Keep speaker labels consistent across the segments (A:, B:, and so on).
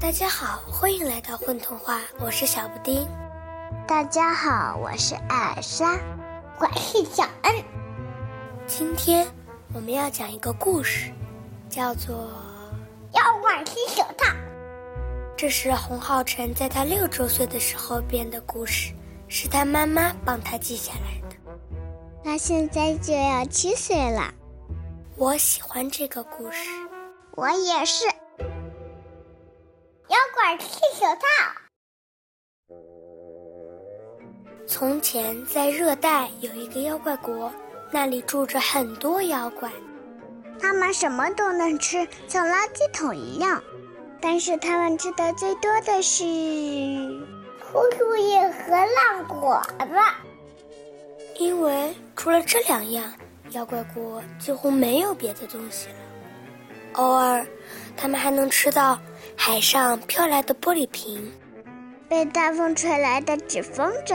A: 大家好，欢迎来到混童话，我是小布丁。
B: 大家好，我是艾尔莎，我是小恩。
A: 今天我们要讲一个故事，叫做《
B: 妖怪金手套》。
A: 这是洪浩辰在他六周岁的时候编的故事，是他妈妈帮他记下来的。
B: 他现在就要七岁了，
A: 我喜欢这个故事。
B: 我也是。妖怪金手套，
A: 从前在热带有一个妖怪国，那里住着很多妖怪。
B: 他们什么都能吃，像垃圾桶一样。但是他们吃的最多的是枯树叶和烂果子。
A: 因为除了这两样，妖怪国几乎没有别的东西了。偶尔，他们还能吃到海上飘来的玻璃瓶。
B: 被大风吹来的纸风筝，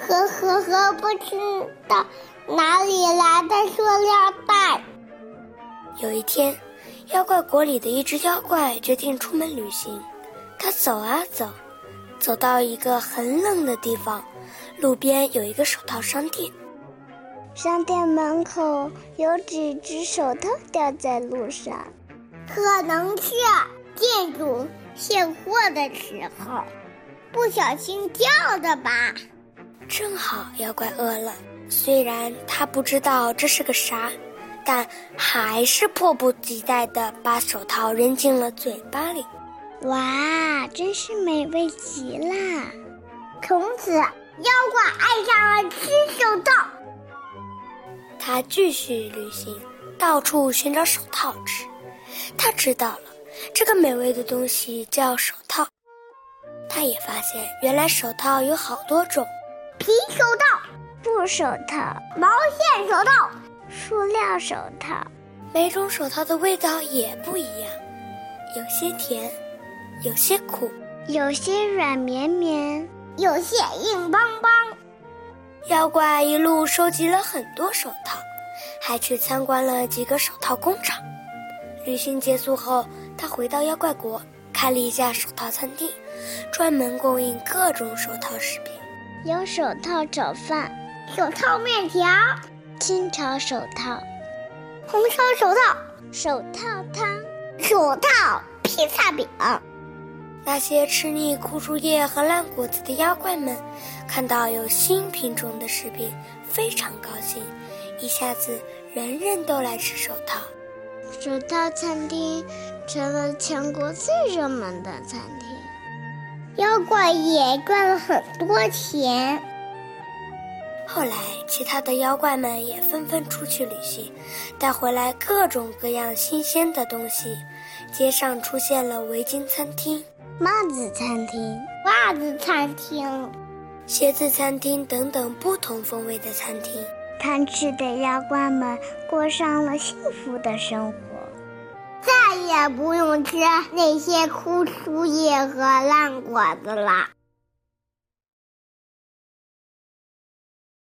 B: 呵呵呵，不知道哪里来的塑料袋。
A: 有一天，妖怪国里的一只妖怪决定出门旅行。他走啊走，走到一个很冷的地方，路边有一个手套商店。
B: 商店门口有几只手套掉在路上，可能是店主现货的时候不小心掉的吧。
A: 正好妖怪饿了，虽然他不知道这是个啥，但还是迫不及待地把手套扔进了嘴巴里。
B: 哇，真是美味极了！从此，妖怪爱上了吃手套。
A: 他继续旅行，到处寻找手套吃。他知道了这个美味的东西叫手套。他也发现，原来手套有好多种，
B: 皮手套、布手套、毛线手套、塑料手套。
A: 每种手套的味道也不一样，有些甜，有些苦。
B: 有些软绵绵，有些硬邦邦。
A: 妖怪一路收集了很多手套，还去参观了几个手套工厂。旅行结束后，他回到妖怪国，开了一家手套餐厅，专门供应各种手套食品。
B: 有手套炒饭、
C: 手套面条、
B: 清炒手套、
C: 红烧手套、
B: 手套汤。
C: 手套、披萨饼。
A: 那些吃腻枯树叶和烂果子的妖怪们，看到有新品种的食品，非常高兴，一下子人人都来吃手套。
B: 手套餐厅成了全国最热门的餐厅。
C: 妖怪也赚了很多钱。
A: 后来，其他的妖怪们也纷纷出去旅行，带回来各种各样新鲜的东西。街上出现了围巾餐厅、
B: 帽子餐厅，
C: 袜子餐厅，
A: 鞋子餐厅等等不同风味的餐厅。
B: 贪吃的妖怪们过上了幸福的生活。
C: 再也不用吃那些枯树叶和烂果子了。